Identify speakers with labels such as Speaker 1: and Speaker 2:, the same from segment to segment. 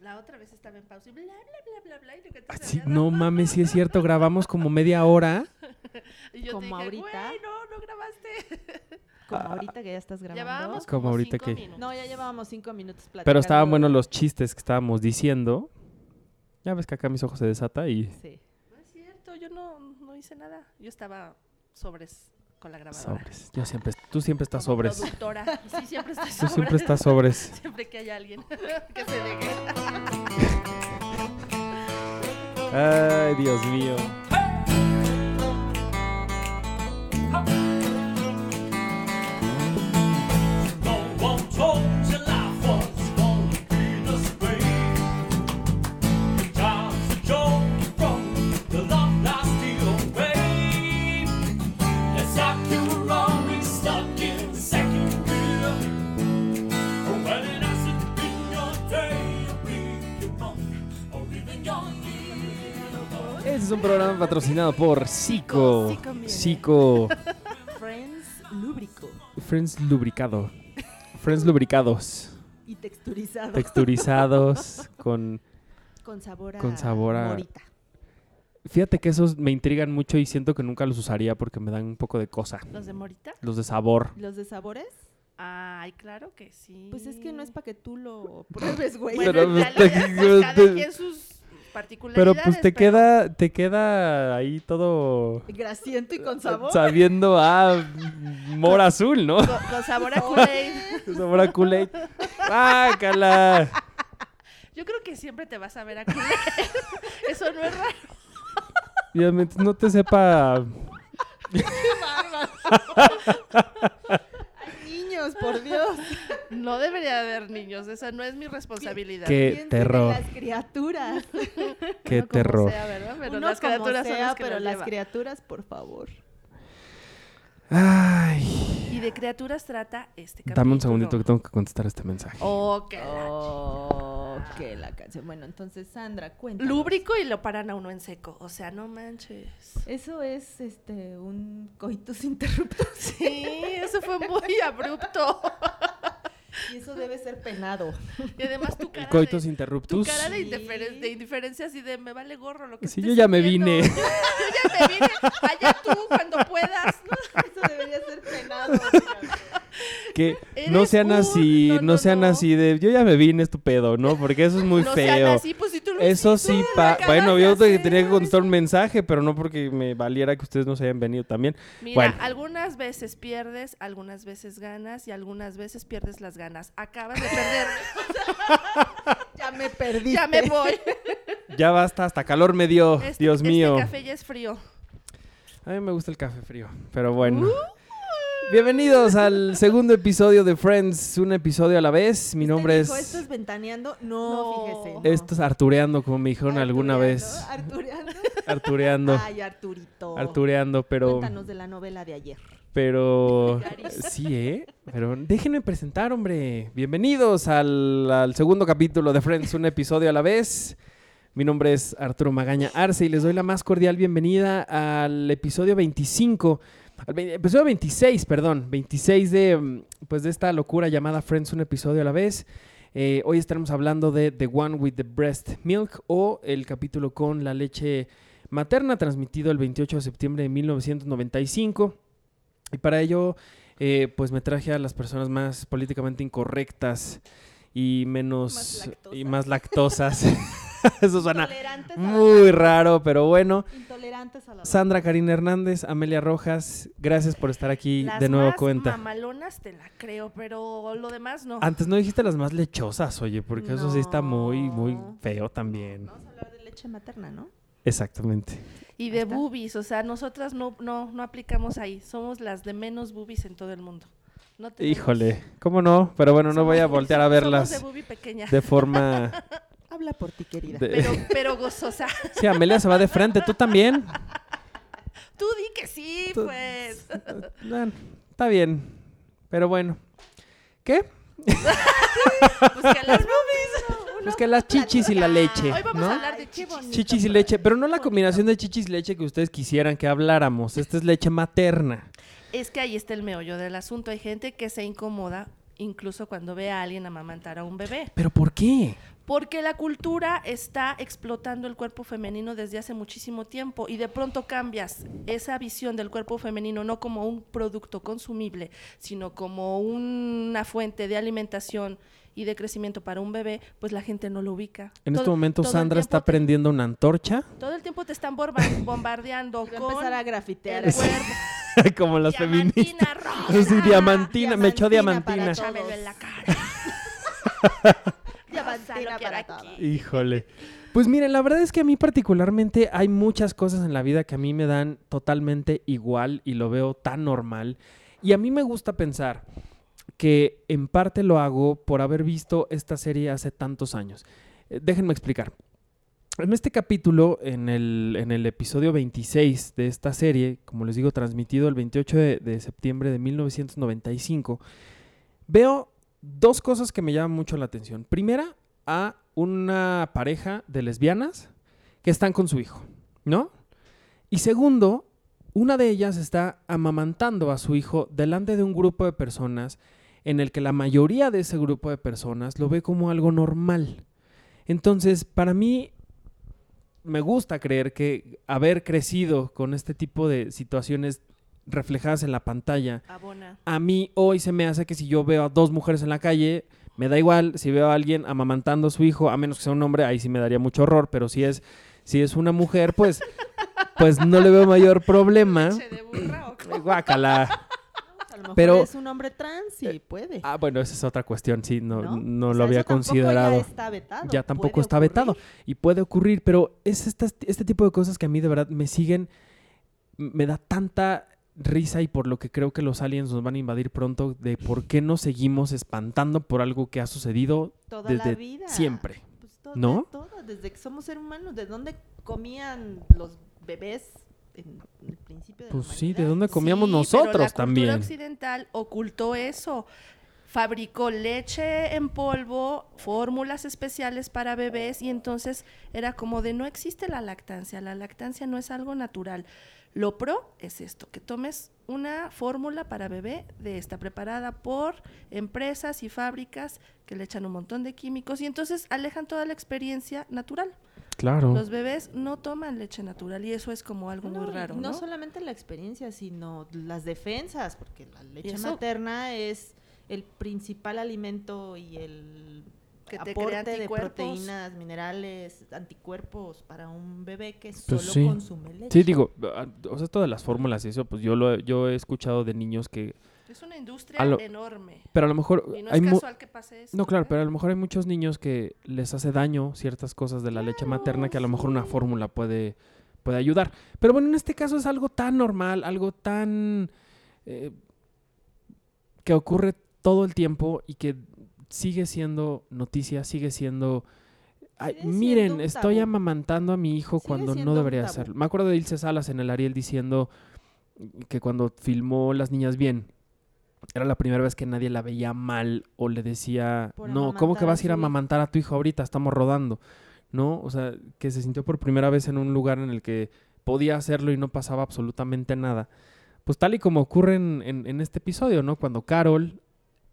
Speaker 1: la otra vez estaba en pausa y bla, bla, bla, bla, bla. Y lo que tú
Speaker 2: Ah,
Speaker 1: se
Speaker 2: sí,
Speaker 1: había dado.
Speaker 2: no mames, sí es cierto, grabamos como media hora.
Speaker 1: Y yo te
Speaker 3: Como
Speaker 1: dije,
Speaker 3: ahorita.
Speaker 1: "Güey, no, no grabaste.
Speaker 3: Como
Speaker 2: Ah,
Speaker 3: ahorita que ya estás grabando.
Speaker 1: Llevábamos
Speaker 2: Como
Speaker 1: como,
Speaker 2: ahorita
Speaker 1: cinco
Speaker 2: que-
Speaker 1: minutos.
Speaker 3: No, ya llevábamos cinco minutos platicando.
Speaker 2: Pero estaban buenos los chistes que estábamos diciendo. Ya ves que acá mis ojos se desata y
Speaker 3: Sí.
Speaker 1: No es cierto, yo no, no hice nada. Yo estaba sobres con la grabadora.
Speaker 2: sobres. Yo siempre, tú siempre estás
Speaker 1: Como
Speaker 2: sobres.
Speaker 1: productora. Sí, siempre estoy
Speaker 2: Tú
Speaker 1: sobres.
Speaker 2: siempre estás sobres.
Speaker 1: Siempre que haya alguien que se deje.
Speaker 2: Ay, Dios mío.
Speaker 4: No one told you life was gonna be this way. Your job's a joke, you broke, your love lies still away. It's like you were always stuck in second gear. Or when an accident in your day, your week, your month, or even your year.
Speaker 2: Este es un programa patrocinado por Sico.
Speaker 3: Sico Miele.
Speaker 2: Sico.
Speaker 3: Friends lúbrico
Speaker 2: Friends lubricado. Friends lubricados.
Speaker 3: y texturizado.
Speaker 2: Texturizados. Con.
Speaker 3: con sabor a.
Speaker 2: con sabor a-
Speaker 3: Morita.
Speaker 2: Fíjate que esos me intrigan mucho y siento que nunca los usaría porque me dan un poco de cosa.
Speaker 1: ¿Los de Morita?
Speaker 2: Los de sabor.
Speaker 3: ¿Los de sabores?
Speaker 1: Ay, claro que sí.
Speaker 3: Pues es que no es para que tú lo pruebes, güey.
Speaker 1: Bueno,
Speaker 2: Pero,
Speaker 1: ya
Speaker 2: pues,
Speaker 1: lo-
Speaker 2: te-
Speaker 1: pues, cada
Speaker 2: te-
Speaker 1: quien sus particularidades.
Speaker 2: Pero pues te
Speaker 1: pero-
Speaker 2: queda, te queda ahí todo
Speaker 3: Grasiento y con sabor.
Speaker 2: sabiendo a mora azul, ¿no?
Speaker 1: Con, con sabor a Kool-Aid.
Speaker 2: Sabor a Kool-Aid. ¡Bácala!
Speaker 1: Yo creo que siempre te vas a ver a Kool-Aid. Eso no es raro.
Speaker 2: Y mientras no te sepa.
Speaker 3: Niños, por Dios.
Speaker 1: No debería haber niños. Esa no es mi responsabilidad.
Speaker 2: Qué
Speaker 3: Piensen en
Speaker 2: terror.
Speaker 3: Las criaturas.
Speaker 2: ¡Qué
Speaker 1: No como
Speaker 2: terror!
Speaker 1: sea, ¿verdad? Pero
Speaker 3: Uno
Speaker 1: las
Speaker 3: como
Speaker 1: criaturas son
Speaker 3: sea,
Speaker 1: las que
Speaker 3: pero
Speaker 1: nos
Speaker 3: las
Speaker 1: lleva.
Speaker 3: criaturas, por favor.
Speaker 2: Ay.
Speaker 1: Y de criaturas trata este capítulo.
Speaker 2: Dame un segundito que tengo que contestar este mensaje.
Speaker 1: Oh, qué la
Speaker 3: Oh, que la canción. Bueno, entonces, Sandra, cuéntanos.
Speaker 1: Lúbrico y lo paran a uno en seco. O sea, no manches.
Speaker 3: Eso es este un coitus interruptus.
Speaker 1: Sí, eso fue muy abrupto.
Speaker 3: Y eso debe ser penado.
Speaker 1: Y además tu cara
Speaker 2: El coitus
Speaker 1: de, tu
Speaker 2: interruptus.
Speaker 1: cara de,
Speaker 3: Sí.
Speaker 1: indiferen- de indiferencia así de me vale gorro lo que
Speaker 2: Sí, yo
Speaker 1: estés
Speaker 2: ya me
Speaker 1: haciendo".
Speaker 2: vine.
Speaker 1: Yo, ya me vine. Allá tú cuando puedas. ¿no?
Speaker 3: Eso debería ser penado. fíjate.
Speaker 2: Que
Speaker 1: Eres
Speaker 2: no sean
Speaker 1: un-
Speaker 2: así,
Speaker 1: no,
Speaker 2: no,
Speaker 1: no,
Speaker 2: sean
Speaker 1: no.
Speaker 2: así de. Yo ya me vine, estupendo, ¿no? Porque eso es muy
Speaker 1: no sean
Speaker 2: feo.
Speaker 1: así, pues si tú lo
Speaker 2: Eso
Speaker 1: hiciste,
Speaker 2: sí,
Speaker 1: lo
Speaker 2: pa-
Speaker 1: acabas
Speaker 2: bueno,
Speaker 1: de
Speaker 2: yo te-
Speaker 1: hacer.
Speaker 2: tenía que contestar un mensaje, pero no porque me valiera que ustedes no se hayan venido también.
Speaker 1: Mira,
Speaker 2: Bueno.
Speaker 1: algunas veces pierdes, algunas veces ganas y algunas veces pierdes las ganas. Acabas de perder.
Speaker 3: Ya me perdí.
Speaker 1: ya me voy.
Speaker 2: Ya basta, hasta calor me dio,
Speaker 1: Este-
Speaker 2: Dios mío.
Speaker 1: Este café ya es frío.
Speaker 2: A mí me gusta el café frío, pero bueno.
Speaker 3: Uh.
Speaker 2: Bienvenidos al segundo episodio de Friends, un episodio a la vez. Mi nombre es...
Speaker 3: Este ¿Esto es ventaneando? No,
Speaker 1: No.
Speaker 3: fíjese. no.
Speaker 2: Esto es Artureando, como me dijeron alguna vez.
Speaker 3: Artureando.
Speaker 2: Artureando.
Speaker 3: Ay, Arturito.
Speaker 2: Artureando, pero...
Speaker 3: Cuéntanos de la novela de ayer.
Speaker 2: Pero... Sí, ¿eh? Pero déjenme presentar, hombre. Bienvenidos al, al segundo capítulo de Friends, un episodio a la vez. Mi nombre es Arturo Magaña Arce y les doy la más cordial bienvenida al episodio 25. Al ve- episodio 26, perdón. 26 de, mm, pues de esta locura llamada Friends, un episodio a la vez. Eh, hoy estaremos hablando de The One with the Breast Milk o el capítulo con la leche materna transmitido el 28 de septiembre de 1995. Y para ello, eh, pues me traje a las personas más políticamente incorrectas y menos...
Speaker 3: Más lactosas.
Speaker 2: y más lactosas. Eso suena
Speaker 3: Intolerantes a la-
Speaker 2: muy raro, pero bueno.
Speaker 3: Intolerantes a la
Speaker 2: Sandra Karina Hernández, Amelia Rojas, gracias por estar aquí
Speaker 1: Las
Speaker 2: de nuevo
Speaker 1: más
Speaker 2: cuenta. Ah,
Speaker 1: mamalonas te la creo, pero lo demás no.
Speaker 2: Antes no dijiste las más lechosas, oye, porque eso sí está muy, muy
Speaker 3: No.
Speaker 2: feo también.
Speaker 3: Vamos a hablar de leche materna, ¿no?
Speaker 2: Exactamente.
Speaker 1: Y
Speaker 3: Ahí
Speaker 1: de
Speaker 3: está.
Speaker 1: boobies, o sea, nosotras no, no, no aplicamos ahí. Somos las de menos boobies en todo el mundo. No tenemos-
Speaker 2: Híjole, ¿cómo no? Pero bueno, no voy a
Speaker 1: Somos-
Speaker 2: voltear a
Speaker 1: Somos de
Speaker 2: verlas
Speaker 1: boobie pequeña,
Speaker 2: de forma...
Speaker 3: Habla por ti, querida.
Speaker 2: de-
Speaker 1: pero, pero gozosa.
Speaker 2: Sí, Amelia se va de frente, tú también.
Speaker 1: Tú di que sí,
Speaker 2: Tú-
Speaker 1: pues.
Speaker 2: Bueno, está bien, pero bueno. ¿Qué?
Speaker 1: Pues que las boobies.
Speaker 2: Pues que las chichis y la leche,
Speaker 1: Hoy vamos
Speaker 2: ¿no?
Speaker 1: a hablar de
Speaker 3: Ay, qué
Speaker 1: chichis.
Speaker 3: bonito.
Speaker 2: Chichis y leche, pero no la combinación de chichis y leche que ustedes quisieran que habláramos. Esta es leche materna.
Speaker 1: Es que ahí está el meollo del asunto. Hay gente que se incomoda incluso cuando ve a alguien amamantar a un bebé.
Speaker 2: ¿Pero por qué?
Speaker 1: Porque la cultura está explotando el cuerpo femenino desde hace muchísimo tiempo y de pronto cambias esa visión del cuerpo femenino no como un producto consumible, sino como una fuente de alimentación y de crecimiento para un bebé, pues la gente no lo ubica.
Speaker 2: En
Speaker 1: Todo-
Speaker 2: este momento
Speaker 1: todo el
Speaker 2: Sandra está
Speaker 1: tiempo te-
Speaker 2: prendiendo una antorcha,
Speaker 1: Todo el tiempo te están borba- bombardeando
Speaker 3: Voy a empezar a
Speaker 1: con
Speaker 3: grafitear.
Speaker 1: el
Speaker 3: así.
Speaker 1: cuerpo.
Speaker 2: como las feministas.
Speaker 1: Diamantina roja.
Speaker 2: Sí, diamantina, me echó
Speaker 3: diamantina
Speaker 2: diamantina.
Speaker 3: para
Speaker 1: Échamelo en la cara.
Speaker 3: Ya va
Speaker 1: Rosa,
Speaker 3: entera
Speaker 1: lo quiero
Speaker 3: para
Speaker 1: aquí.
Speaker 2: Híjole. Pues miren, la verdad es que a mí particularmente hay muchas cosas en la vida que a mí me dan totalmente igual y lo veo tan normal. Y a mí me gusta pensar que en parte lo hago por haber visto esta serie hace tantos años. Eh, Déjenme explicar. En este capítulo, en el, en el episodio 26 de esta serie, como les digo, transmitido el 28 de, de septiembre de 1995, veo dos cosas que me llaman mucho la atención. Primera, a una pareja de lesbianas que están con su hijo, ¿no? Y segundo, una de ellas está amamantando a su hijo delante de un grupo de personas en el que la mayoría de ese grupo de personas lo ve como algo normal. Entonces, para mí, me gusta creer que haber crecido con este tipo de situaciones reflejadas en la pantalla
Speaker 1: Abona.
Speaker 2: a mí hoy se me hace que si yo veo a dos mujeres en la calle, me da igual. Si veo a alguien amamantando a su hijo, a menos que sea un hombre, ahí sí me daría mucho horror. Pero si es, si es una mujer, pues, pues no le veo mayor problema.
Speaker 1: Leche de burra o cómo?
Speaker 2: Guácala.
Speaker 3: A lo mejor
Speaker 2: Pero-
Speaker 3: es un hombre trans y puede.
Speaker 2: Ah, bueno, esa es otra cuestión. Sí, no, no,
Speaker 3: O
Speaker 2: lo
Speaker 3: sea,
Speaker 2: había
Speaker 3: eso tampoco
Speaker 2: considerado.
Speaker 3: Ya, está vetado,
Speaker 2: ya tampoco
Speaker 3: puede
Speaker 2: está
Speaker 3: ocurrir.
Speaker 2: vetado. Y puede ocurrir, pero es esta- este tipo de cosas que a mí de verdad me siguen, me da tanta risa y por lo que creo que los aliens nos van a invadir pronto, de por qué nos seguimos espantando por algo que ha sucedido
Speaker 3: Toda
Speaker 2: desde
Speaker 3: la vida.
Speaker 2: siempre.
Speaker 3: Pues toda-
Speaker 2: ¿No?
Speaker 3: toda, desde que somos seres humanos, ¿de dónde comían los bebés en el principio de la
Speaker 2: Pues sí, ¿de
Speaker 3: humanidad?
Speaker 2: dónde comíamos
Speaker 1: Sí, pero la
Speaker 2: nosotros
Speaker 1: cultura
Speaker 2: también?
Speaker 1: occidental ocultó eso. Fabricó leche en polvo, fórmulas especiales para bebés y entonces era como de no existe la lactancia, la lactancia no es algo natural. Lo pro es esto, que tomes una fórmula para bebé de esta preparada por empresas y fábricas que le echan un montón de químicos y entonces alejan toda la experiencia natural.
Speaker 2: Claro.
Speaker 1: Los bebés no toman leche natural y eso es como algo
Speaker 3: No,
Speaker 1: muy
Speaker 3: y
Speaker 1: raro.
Speaker 3: no,
Speaker 1: No,
Speaker 3: solamente la experiencia, sino las defensas, porque la leche
Speaker 1: eso-
Speaker 3: materna es el principal alimento y el
Speaker 1: Que te crea
Speaker 3: aporte de
Speaker 1: anticuerpos.
Speaker 3: proteínas, minerales, anticuerpos para un bebé que solo
Speaker 2: Pues sí.
Speaker 3: consume leche.
Speaker 2: Sí, digo, ah, o sea, todas las fórmulas y eso, pues yo lo he- yo he escuchado de niños que,
Speaker 1: Es una industria
Speaker 2: A lo-
Speaker 1: enorme.
Speaker 2: pero a lo mejor
Speaker 1: Y no
Speaker 2: hay
Speaker 1: es
Speaker 2: mu-
Speaker 1: casual que pase eso.
Speaker 2: No, claro,
Speaker 1: ¿eh?
Speaker 2: pero a lo mejor hay muchos niños que les hace daño ciertas cosas de la leche materna que a lo mejor una fórmula puede, puede ayudar. Pero bueno, en este caso es algo tan normal, algo tan... eh, que ocurre todo el tiempo y que sigue siendo noticia, sigue siendo... "Ay,
Speaker 3: Sigue siendo
Speaker 2: miren,
Speaker 3: un
Speaker 2: estoy
Speaker 3: tabú.
Speaker 2: amamantando a mi hijo
Speaker 3: Sigue
Speaker 2: cuando no
Speaker 3: siendo un
Speaker 2: debería
Speaker 3: tabú.
Speaker 2: hacerlo. Me acuerdo de Ilse Salas en el Ariel diciendo que cuando filmó Las Niñas Bien, era la primera vez que nadie la veía mal o le decía,
Speaker 3: Por
Speaker 2: no, ¿cómo que
Speaker 3: amamantar a
Speaker 2: vas a ir a
Speaker 3: su hijo".
Speaker 2: amamantar a tu hijo ahorita? Estamos rodando, ¿no? O sea, que se sintió por primera vez en un lugar en el que podía hacerlo y no pasaba absolutamente nada. Pues tal y como ocurre en, en- en este episodio, ¿no? Cuando Carol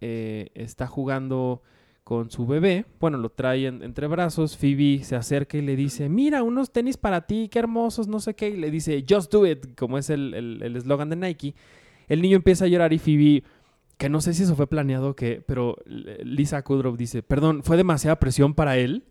Speaker 2: eh, está jugando con su bebé, bueno, lo trae en- entre brazos, Phoebe se acerca y le dice, mira, unos tenis para ti, qué hermosos, no sé qué, y le dice, just do it, como es el el- el eslogan de Nike. El niño empieza a llorar y Phoebe, que no sé si eso fue planeado o qué, pero eh, Lisa Kudrow dice, perdón, fue demasiada presión para él.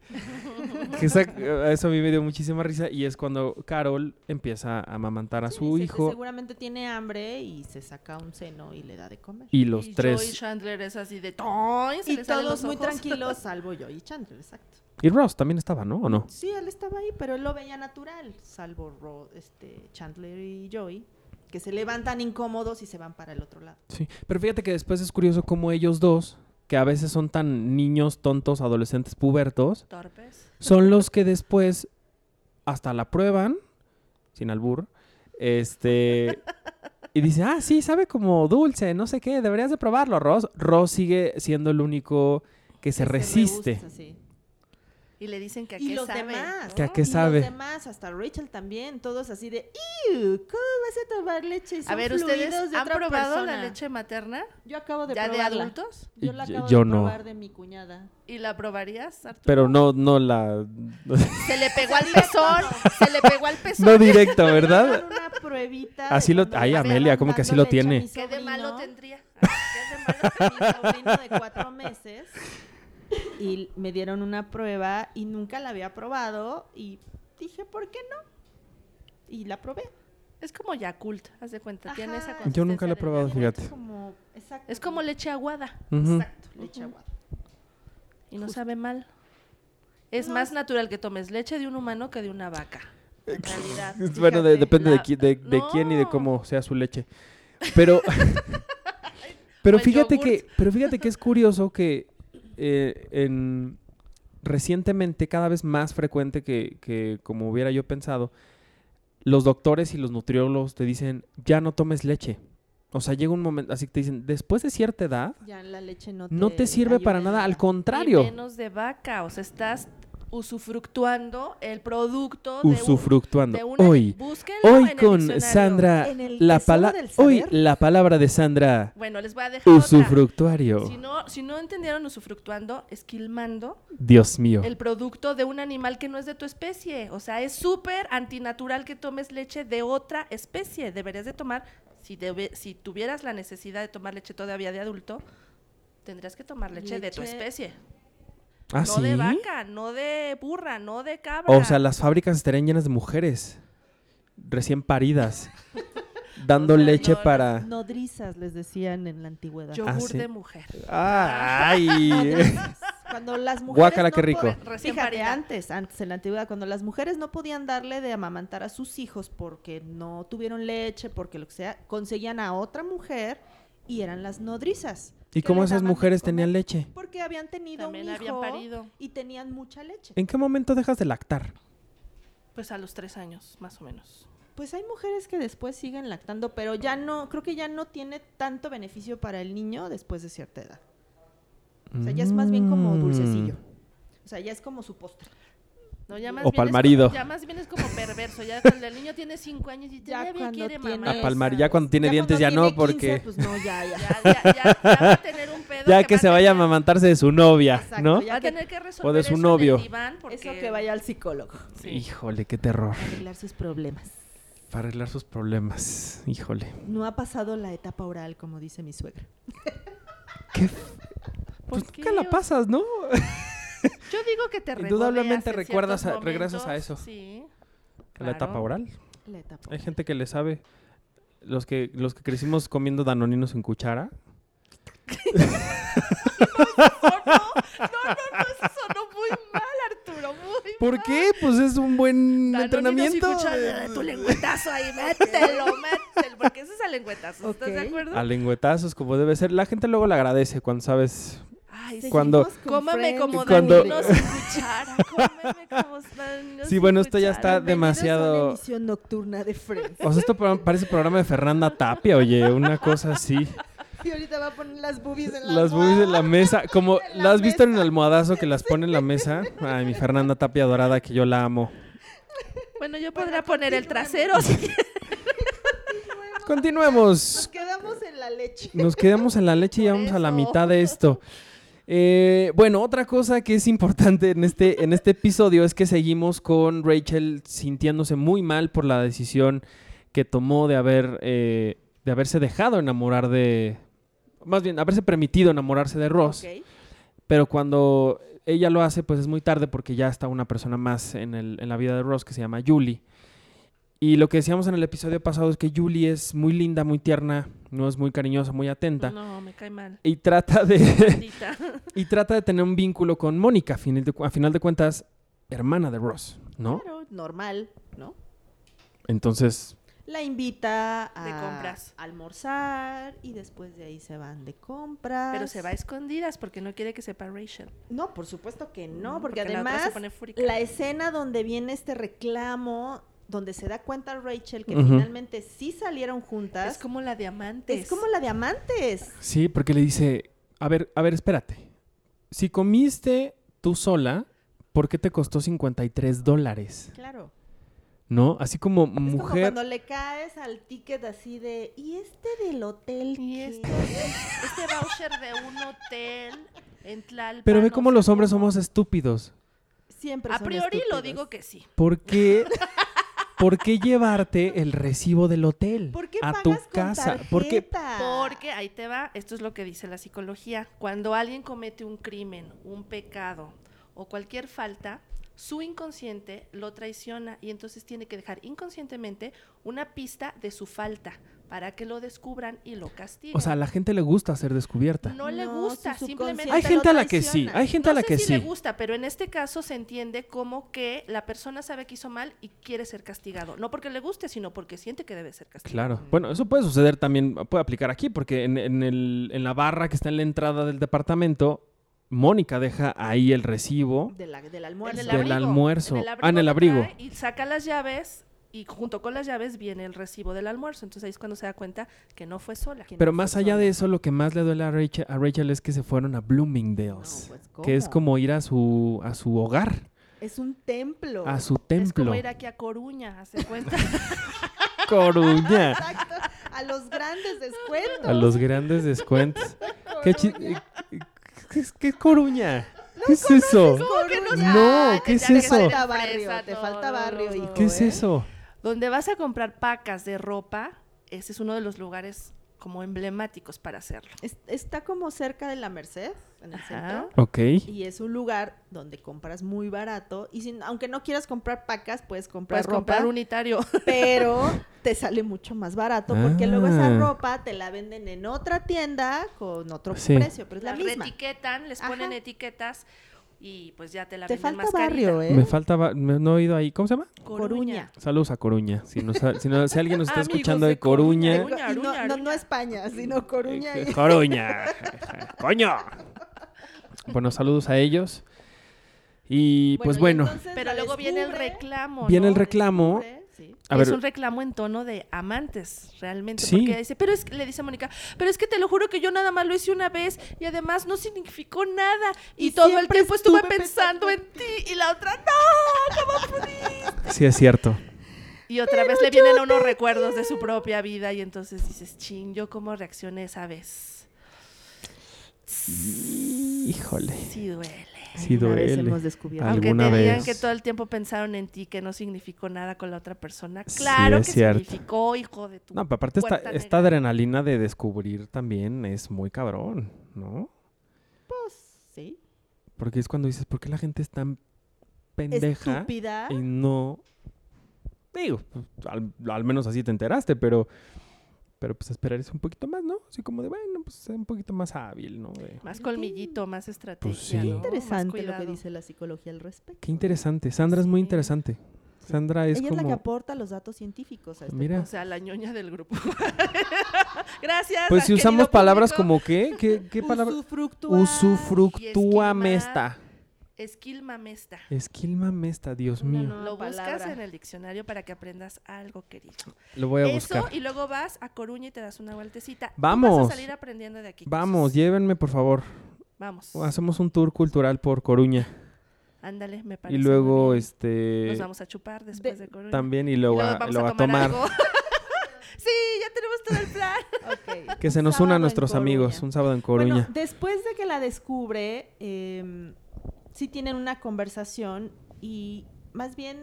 Speaker 2: Que esa- eh, eso a mí me dio muchísima risa y es cuando Carol empieza a amamantar a
Speaker 3: Sí,
Speaker 2: su
Speaker 3: dice que
Speaker 2: hijo
Speaker 3: Seguramente tiene hambre y se saca un seno y le da de comer.
Speaker 2: y los
Speaker 1: y Joey
Speaker 2: tres...
Speaker 1: Chandler es así de ¡toy! se
Speaker 3: Y
Speaker 1: le salen
Speaker 3: todos
Speaker 1: los
Speaker 3: muy
Speaker 1: ojos.
Speaker 3: tranquilos, salvo yo y Chandler, exacto.
Speaker 2: Y Ross también estaba, ¿no? ¿O no?
Speaker 3: Sí, él estaba ahí, pero él lo veía natural, salvo Ro- este, Chandler y Joey, que se levantan incómodos y se van para el otro lado.
Speaker 2: Sí. Pero fíjate que después es curioso cómo ellos dos, que a veces son tan niños, tontos, adolescentes, pubertos,
Speaker 1: Torpes.
Speaker 2: son los que después hasta la prueban, sin albur, este, y dice, ah, sí, sabe como dulce, no sé qué, deberías de probarlo, Ross. Ross sigue siendo el único que se
Speaker 3: Que
Speaker 2: resiste.
Speaker 3: rehúsa, sí.
Speaker 1: Y le dicen que a
Speaker 3: y
Speaker 1: qué
Speaker 3: los
Speaker 1: sabe.
Speaker 3: demás.
Speaker 1: ¿no?
Speaker 2: Que a qué
Speaker 3: y
Speaker 2: sabe.
Speaker 3: Los demás, hasta Rachel también, todos así de, "Ew, ¿Cómo vas a tomar leche?
Speaker 1: A
Speaker 3: Son
Speaker 1: ver, ¿ustedes
Speaker 3: fluidos de
Speaker 1: han
Speaker 3: otra
Speaker 1: probado la
Speaker 3: persona".
Speaker 1: leche materna?
Speaker 3: Yo acabo de
Speaker 1: ¿Ya de
Speaker 3: probarla.
Speaker 1: adultos?
Speaker 3: Yo la
Speaker 2: Y-
Speaker 3: acabo
Speaker 2: yo
Speaker 3: de
Speaker 2: no.
Speaker 3: probar de mi cuñada.
Speaker 1: ¿Y la probarías, Arturo?
Speaker 2: Pero no, no la.
Speaker 1: Se le pegó al pezón, se le pegó al pezón.
Speaker 2: No directo,
Speaker 3: Me
Speaker 2: ¿verdad?
Speaker 3: hicieron una pruebita.
Speaker 2: Así
Speaker 3: de
Speaker 2: lo-
Speaker 3: cuando
Speaker 2: ay,
Speaker 3: le
Speaker 2: Amelia,
Speaker 3: estaban
Speaker 2: ¿cómo que así lo
Speaker 3: dando leche a mi
Speaker 2: tiene?
Speaker 1: ¿Qué de malo
Speaker 3: sobrino.
Speaker 1: tendría? ¿Qué de malo
Speaker 3: mi sobrino de cuatro meses y me dieron una prueba y nunca la había probado y dije, ¿por qué no? Y la probé.
Speaker 1: Es como Yakult, haz de cuenta, tiene esa
Speaker 3: Ajá.
Speaker 1: consistencia
Speaker 2: Yo nunca la he
Speaker 1: de
Speaker 2: probado.
Speaker 1: Yakult.
Speaker 2: fíjate.
Speaker 3: Es como, exacto,
Speaker 1: Es como leche aguada
Speaker 2: Ujú.
Speaker 3: Exacto, leche aguada.
Speaker 1: y no sabe mal. Es
Speaker 3: No,
Speaker 1: más
Speaker 3: es-
Speaker 1: natural que tomes leche de un humano que de una vaca. En realidad.
Speaker 2: Bueno, de-
Speaker 3: Fíjate,
Speaker 2: depende de,
Speaker 1: la-
Speaker 2: qui- de- de quién y de
Speaker 1: No.
Speaker 2: cómo sea su leche. Pero, pero
Speaker 1: O el
Speaker 2: fíjate
Speaker 1: yogurt.
Speaker 2: que, pero fíjate que es curioso que eh, en- recientemente cada vez más frecuente que, que como hubiera yo pensado, los doctores y los nutriólogos te dicen ya no tomes leche. O sea, llega un momento, así que te dicen después de cierta edad
Speaker 3: Ya la leche no te,
Speaker 2: no te sirve
Speaker 3: ayuda
Speaker 2: para
Speaker 3: en
Speaker 2: nada, al
Speaker 1: Y
Speaker 2: contrario,
Speaker 1: menos de vaca, o sea, estás usufructuando el producto de un-
Speaker 2: usufructuando.
Speaker 1: de una-
Speaker 2: Hoy,
Speaker 1: búsquenlo en
Speaker 2: hoy
Speaker 1: el
Speaker 2: con
Speaker 1: diccionario.
Speaker 2: Sandra,
Speaker 3: En el
Speaker 2: la
Speaker 3: tesoro
Speaker 2: pala-
Speaker 3: del
Speaker 2: hoy
Speaker 3: saber.
Speaker 2: la palabra de Sandra.
Speaker 1: Bueno, les voy a dejar otra.
Speaker 2: Usufructuario.
Speaker 1: Si no, si no entendieron usufructuando, esquilmando
Speaker 2: Dios mío.
Speaker 1: el producto de un animal que no es de tu especie. O sea, es súper antinatural que tomes leche de otra especie. Deberías de tomar, si, debe- si tuvieras la necesidad de tomar leche todavía de adulto, tendrías que tomar leche, de tu
Speaker 3: Leche-
Speaker 1: especie.
Speaker 2: ¿Ah,
Speaker 1: no
Speaker 2: sí?
Speaker 1: de vaca, no de burra, no de cabra.
Speaker 2: O sea, las fábricas estarían llenas de mujeres recién paridas, dando
Speaker 1: O sea,
Speaker 2: leche
Speaker 1: no, no,
Speaker 2: para...
Speaker 3: Nodrizas les decían en la antigüedad.
Speaker 1: Yogur
Speaker 2: Ah, sí.
Speaker 1: de mujer.
Speaker 2: ¡Ay!
Speaker 3: Nodrizas. Ah, Cuando las mujeres
Speaker 2: eh, Guácala,
Speaker 3: no
Speaker 2: qué rico.
Speaker 3: pod-
Speaker 1: Recién
Speaker 3: Fíjate,
Speaker 1: parida.
Speaker 3: antes, antes en la antigüedad, cuando las mujeres no podían darle de amamantar a sus hijos porque no tuvieron leche, porque lo que sea, conseguían a otra mujer y eran las nodrizas.
Speaker 2: ¿Y
Speaker 3: que
Speaker 2: cómo
Speaker 3: les
Speaker 2: esas
Speaker 3: daban de
Speaker 2: mujeres
Speaker 3: comer
Speaker 2: tenían leche?
Speaker 3: Porque habían tenido
Speaker 1: También
Speaker 3: un hijo
Speaker 1: habían parido.
Speaker 3: y tenían mucha leche.
Speaker 2: ¿En qué momento dejas de lactar?
Speaker 1: Pues a los tres años, más o menos.
Speaker 3: Pues hay mujeres que después siguen lactando, pero ya no, creo que ya no tiene tanto beneficio para el niño después de cierta edad. O sea, ya es más bien como
Speaker 2: Mm.
Speaker 3: dulcecillo. O sea, ya es como su postre.
Speaker 1: No, ya más
Speaker 2: O
Speaker 1: bien
Speaker 2: pa'l
Speaker 1: es
Speaker 2: marido.
Speaker 1: como- ya más bien es como perverso. Ya cuando el niño tiene cinco años y
Speaker 3: Ya
Speaker 1: todavía
Speaker 3: cuando
Speaker 1: quiere
Speaker 3: tiene-
Speaker 1: mamá.
Speaker 2: A palmar, ya cuando tiene dientes ya
Speaker 3: cuando
Speaker 2: no,
Speaker 3: tiene 15,
Speaker 2: porque...
Speaker 3: Pues no, ya, ya.
Speaker 1: Ya, ya, ya, ya va a tener un pedo
Speaker 2: Ya
Speaker 1: va
Speaker 2: que
Speaker 1: a
Speaker 2: se vaya a
Speaker 1: tener-
Speaker 2: amamantarse de su novia,
Speaker 3: Exacto,
Speaker 2: ¿no?
Speaker 3: ya.
Speaker 1: Va a
Speaker 3: que-
Speaker 1: tener que resolver
Speaker 2: o de su
Speaker 1: eso en el
Speaker 2: novio.
Speaker 1: diván, porque-
Speaker 3: Eso que vaya al psicólogo.
Speaker 1: Sí.
Speaker 2: Híjole, qué terror.
Speaker 3: Arreglar sus problemas.
Speaker 2: Para arreglar sus problemas. Híjole.
Speaker 3: No ha pasado la etapa oral, como dice mi suegra.
Speaker 2: ¿Qué?
Speaker 1: ¿Por
Speaker 2: Pues
Speaker 1: qué?
Speaker 2: nunca la pasas, ¿no?
Speaker 1: Yo digo que te regodeas
Speaker 2: Indudablemente
Speaker 1: en
Speaker 2: recuerdas
Speaker 1: ciertos
Speaker 2: a- regresas a
Speaker 1: momentos,
Speaker 2: eso.
Speaker 1: Sí.
Speaker 2: A La etapa
Speaker 1: claro.
Speaker 2: oral.
Speaker 3: La etapa
Speaker 2: Hay
Speaker 3: oral.
Speaker 2: gente que le sabe. Los que, los que crecimos comiendo danoninos en cuchara.
Speaker 1: No, no, no, no, eso sonó muy mal, Arturo, muy
Speaker 2: ¿Por qué? Pues es un buen
Speaker 1: mal.
Speaker 2: entrenamiento.
Speaker 1: Ah. Danoninos y cuchara, Tu lengüetazo ahí, mételo, mételo, porque ese es el lengüetazo, ¿estás de
Speaker 3: Ok.
Speaker 1: acuerdo?
Speaker 2: A lengüetazos, como debe ser. La gente luego le agradece cuando sabes.
Speaker 1: Ay, sí.
Speaker 3: Seguimos
Speaker 2: cuando-
Speaker 3: con
Speaker 1: Cómame
Speaker 3: Friends.
Speaker 1: como
Speaker 2: Cuando-
Speaker 1: danoninos sin cuchara, cómeme como danoninos
Speaker 2: Sí,
Speaker 1: sin
Speaker 2: bueno, esto ya
Speaker 1: cuchara.
Speaker 2: está
Speaker 3: Bienvenidos a una
Speaker 2: demasiado.
Speaker 3: emisión nocturna de Friends.
Speaker 2: O sea, esto pro- parece programa de Fernanda Tapia, oye, una cosa así.
Speaker 3: Y ahorita va a poner las boobies en la
Speaker 2: Las boobies en la mesa, como
Speaker 3: En la
Speaker 2: las has visto en el almohadazo que las pone en la mesa. Ay, mi Fernanda Tapia dorada, que yo la amo.
Speaker 1: Bueno, yo podría poner el trasero si quieres.
Speaker 2: Continuemos.
Speaker 3: Nos quedamos en la leche.
Speaker 2: Nos quedamos en la leche y
Speaker 1: Por
Speaker 2: vamos a la
Speaker 1: eso.
Speaker 2: mitad de esto. Eh, bueno, otra cosa que es importante en este, en este episodio es que seguimos con Rachel sintiéndose muy mal por la decisión que tomó de haber eh, de haberse dejado enamorar de. Más bien, haberse permitido enamorarse de Ross.
Speaker 3: Ok.
Speaker 2: Pero cuando ella lo hace, pues es muy tarde porque ya está una persona más en, el- en la vida de Ross que se llama Julie. Y lo que decíamos en el episodio pasado es que Julie es muy linda, muy tierna, no es muy cariñosa, muy atenta.
Speaker 1: No, me cae mal.
Speaker 2: Y trata de,
Speaker 1: Maldita.
Speaker 2: y trata de tener un vínculo con Mónica, a final de, cu- a final de cuentas, hermana de Ross, ¿no?
Speaker 3: Claro, normal, ¿no?
Speaker 2: Entonces,
Speaker 3: La invita a,
Speaker 1: De compras.
Speaker 3: a almorzar y después de ahí se van de
Speaker 2: Ah,
Speaker 3: compras.
Speaker 1: Pero se va a escondidas porque no quiere que sepa Rachel.
Speaker 3: No, por supuesto que no,
Speaker 1: Mm,
Speaker 3: porque,
Speaker 1: porque la otra se
Speaker 3: además
Speaker 1: pone fúrica.
Speaker 3: la escena donde viene este reclamo, donde se da cuenta Rachel que
Speaker 2: Ujú.
Speaker 3: finalmente sí salieron juntas,
Speaker 1: Es como la diamante.
Speaker 3: es como la de amantes.
Speaker 2: sí, porque le dice, a ver, a ver, espérate. Si comiste tú sola, ¿por qué te costó 53 dólares?
Speaker 3: Claro.
Speaker 2: ¿No? Así como
Speaker 3: Es como
Speaker 2: mujer.
Speaker 3: cuando le caes al ticket así de, ¿y este del hotel?
Speaker 1: Y
Speaker 3: qué?"
Speaker 1: este, este voucher de un hotel en Tlalpan.
Speaker 2: Pero ve
Speaker 1: o
Speaker 2: cómo
Speaker 1: sea,
Speaker 2: los hombres
Speaker 1: ¿cómo?
Speaker 2: somos estúpidos.
Speaker 3: Siempre
Speaker 1: A
Speaker 3: son
Speaker 1: priori lo
Speaker 3: estúpidos.
Speaker 1: digo que sí.
Speaker 2: ¿Por qué, por qué llevarte el recibo del hotel
Speaker 3: ¿Por qué
Speaker 2: a
Speaker 3: pagas
Speaker 2: tu
Speaker 3: con
Speaker 2: casa? ¿Por qué?
Speaker 3: tarjeta?
Speaker 1: Porque ahí te va, esto es lo que dice la psicología. Cuando alguien comete un crimen, un pecado o cualquier falta, su inconsciente lo traiciona y entonces tiene que dejar inconscientemente una pista de su falta para que lo descubran y lo castiguen.
Speaker 2: O sea, a la gente le gusta ser descubierta.
Speaker 1: no le
Speaker 3: No,
Speaker 1: gusta,
Speaker 3: su
Speaker 1: simplemente
Speaker 3: subconsciente
Speaker 2: hay
Speaker 3: te
Speaker 2: gente a
Speaker 3: lo
Speaker 2: la que sí,
Speaker 3: traiciona.
Speaker 2: hay gente a la
Speaker 1: no sé
Speaker 2: que
Speaker 1: si
Speaker 2: sí.
Speaker 1: le gusta, pero en este caso se entiende como que la persona sabe que hizo mal y quiere ser castigado. No porque le guste, sino porque siente que debe ser castigado.
Speaker 2: Claro. Bueno, eso puede suceder también, puede aplicar aquí, porque en, en el- en la barra que está en la entrada del departamento, Mónica deja ahí el recibo.
Speaker 3: De la, del
Speaker 1: En
Speaker 3: almuerzo.
Speaker 1: el
Speaker 2: Del
Speaker 1: abrigo,
Speaker 2: almuerzo. Ah, en el
Speaker 1: que
Speaker 2: abrigo.
Speaker 1: trae Y saca las llaves y junto con las llaves viene el recibo del almuerzo. Entonces ahí es cuando se da cuenta que no fue sola.
Speaker 3: Que no
Speaker 2: Pero
Speaker 3: fue
Speaker 2: más allá
Speaker 3: sola.
Speaker 2: de eso, lo que más le duele a Rachel, a Rachel es que se fueron a
Speaker 3: No,
Speaker 2: Bloomingdale's,
Speaker 3: pues,
Speaker 2: que es
Speaker 3: ¿cómo?
Speaker 2: como ir a su, a su hogar,
Speaker 3: Es un templo.
Speaker 2: a su
Speaker 1: Es como
Speaker 2: templo.
Speaker 1: ir aquí a Coruña, hace cuenta.
Speaker 2: Coruña.
Speaker 3: Exacto. A los grandes descuentos.
Speaker 2: A los grandes descuentos. ¿Qué, chi- eh, qué- qué Coruña? ¿Qué es eso?
Speaker 3: Coruña.
Speaker 2: No, ¿qué es
Speaker 1: Ya te
Speaker 2: eso?
Speaker 1: sale
Speaker 3: Ah,
Speaker 1: fresa,
Speaker 3: Te falta barrio, te
Speaker 1: no,
Speaker 3: falta
Speaker 1: no,
Speaker 3: barrio,
Speaker 1: no,
Speaker 3: hijo.
Speaker 2: ¿Qué es
Speaker 3: ¿eh?
Speaker 2: eso?
Speaker 1: Donde vas a comprar pacas de ropa, ese es uno de los lugares como emblemáticos para hacerlo.
Speaker 3: Es- está como cerca de la Merced, en el
Speaker 1: Ajá.
Speaker 3: centro.
Speaker 2: Ok.
Speaker 3: Y es un lugar donde compras muy barato. Y sin, aunque no quieras comprar pacas, puedes comprar
Speaker 1: Puedes
Speaker 3: ropa.
Speaker 1: comprar unitario.
Speaker 3: Pero te sale mucho más barato porque
Speaker 2: Ah.
Speaker 3: luego esa ropa te la venden en otra tienda con otro
Speaker 2: Sí.
Speaker 3: precio, pero es la
Speaker 1: Las
Speaker 3: misma.
Speaker 1: etiquetan, les
Speaker 3: Ajá.
Speaker 1: ponen etiquetas y pues ya te la
Speaker 3: Te
Speaker 1: venden
Speaker 3: falta
Speaker 1: más carita.
Speaker 3: barrio, ¿eh?
Speaker 2: Me faltaba, me- no he ido ahí. ¿Cómo se llama?
Speaker 3: Coruña.
Speaker 2: Saludos a Coruña. Si, nos- si, no- si alguien nos está
Speaker 1: Amigos
Speaker 2: escuchando de
Speaker 1: de Coruña.
Speaker 2: Coruña.
Speaker 3: Digo, y no,
Speaker 1: Aruña,
Speaker 3: no-
Speaker 1: Aruña.
Speaker 3: no España, sino Coruña.
Speaker 2: eh,
Speaker 3: y-
Speaker 2: Coruña. Coño. Bueno, saludos a ellos. Y pues
Speaker 3: y
Speaker 2: bueno,
Speaker 3: entonces
Speaker 1: Pero
Speaker 3: la
Speaker 1: luego viene el
Speaker 3: descubre,
Speaker 1: reclamo.
Speaker 2: viene
Speaker 1: ¿no?
Speaker 2: el reclamo.
Speaker 3: descubre, sí.
Speaker 2: A
Speaker 1: es
Speaker 2: ver,
Speaker 1: un reclamo en tono de amantes, realmente.
Speaker 2: Sí.
Speaker 1: Porque dice, pero es que, le dice Mónica, pero es que te lo juro que yo nada más lo hice una vez y además no significó nada. Y,
Speaker 3: Y
Speaker 1: todo el
Speaker 3: siempre
Speaker 1: tiempo estuve
Speaker 3: estuve
Speaker 1: pensando,
Speaker 3: pensando
Speaker 1: en ti. Y la otra, no, ¿cómo pudiste?
Speaker 2: sí es cierto.
Speaker 1: Y otra vez le vienen a unos recuerdos de su propia vida y entonces dices, ching, yo cómo reaccioné esa vez.
Speaker 2: Híjole.
Speaker 1: Sí duele.
Speaker 2: Sí
Speaker 3: Alguna vez
Speaker 2: duele.
Speaker 3: hemos descubierto.
Speaker 1: Aunque
Speaker 2: Alguna
Speaker 1: te digan
Speaker 2: vez.
Speaker 1: que todo el tiempo pensaron en ti, que no significó nada con la otra persona.
Speaker 2: Sí,
Speaker 1: Claro
Speaker 2: es
Speaker 1: que
Speaker 2: cierto.
Speaker 1: significó, hijo de tu.
Speaker 2: No, pero aparte esta,
Speaker 1: puerta
Speaker 2: esta
Speaker 1: negra.
Speaker 2: adrenalina de descubrir también es muy cabrón, ¿no?
Speaker 3: Sí.
Speaker 2: Porque es cuando dices, ¿por qué la gente es tan pendeja?
Speaker 1: Ah.
Speaker 3: Estúpida.
Speaker 2: Y no... Digo, pues, al, al menos así te enteraste, pero... Pero pues esperar es un poquito más, ¿no? Así como de, bueno, pues ser un poquito más hábil, ¿no? De-
Speaker 1: Más colmillito, más estrategia.
Speaker 2: sí.
Speaker 1: ¿no? Más
Speaker 3: Pues Interesante lo que
Speaker 1: cuidado.
Speaker 3: dice la psicología al respecto.
Speaker 2: Qué interesante. Sandra es muy
Speaker 1: Sí.
Speaker 2: interesante. Sandra es
Speaker 3: Ella es la
Speaker 2: como...
Speaker 3: que aporta los datos científicos a este
Speaker 2: Mira.
Speaker 1: O sea, la ñoña del grupo. Gracias.
Speaker 2: Pues si
Speaker 1: querido
Speaker 2: usamos palabras
Speaker 1: público.
Speaker 2: como qué, qué, qué palabra...
Speaker 3: Usufructuar.
Speaker 2: Usufructúa
Speaker 1: esquilmar.
Speaker 2: mesta.
Speaker 1: Esquilmamesta.
Speaker 2: Eh, Esquilma mesta, Dios
Speaker 3: Una
Speaker 2: mío.
Speaker 3: nueva
Speaker 1: Lo buscas
Speaker 3: palabra.
Speaker 1: en el diccionario para que aprendas algo, querido.
Speaker 2: Lo voy a buscar.
Speaker 1: Eso, y luego vas a Coruña y te das una vueltecita. Tú
Speaker 2: Vamos.
Speaker 1: Vas a salir aprendiendo de aquí.
Speaker 2: Vamos,
Speaker 1: cosas.
Speaker 2: llévenme por favor.
Speaker 1: Vamos.
Speaker 2: Hacemos un tour cultural por Coruña
Speaker 1: Ándale, me parece.
Speaker 2: y
Speaker 1: muy
Speaker 2: luego
Speaker 1: bien.
Speaker 2: este
Speaker 1: Nos vamos a chupar después de, Coruña.
Speaker 2: también y
Speaker 1: Y
Speaker 2: luego,
Speaker 1: luego
Speaker 2: a,
Speaker 1: vamos
Speaker 2: luego
Speaker 1: a
Speaker 2: a tomar,
Speaker 1: algo. sí, ya tenemos todo el plan.
Speaker 3: Ok.
Speaker 2: que
Speaker 3: Un
Speaker 2: se nos
Speaker 3: sábado
Speaker 2: unan
Speaker 3: en
Speaker 2: nuestros amigos
Speaker 3: Coruña.
Speaker 2: un sábado en
Speaker 3: Bueno,
Speaker 2: Coruña.
Speaker 3: después de que la descubre, eh, sí tienen una conversación y más bien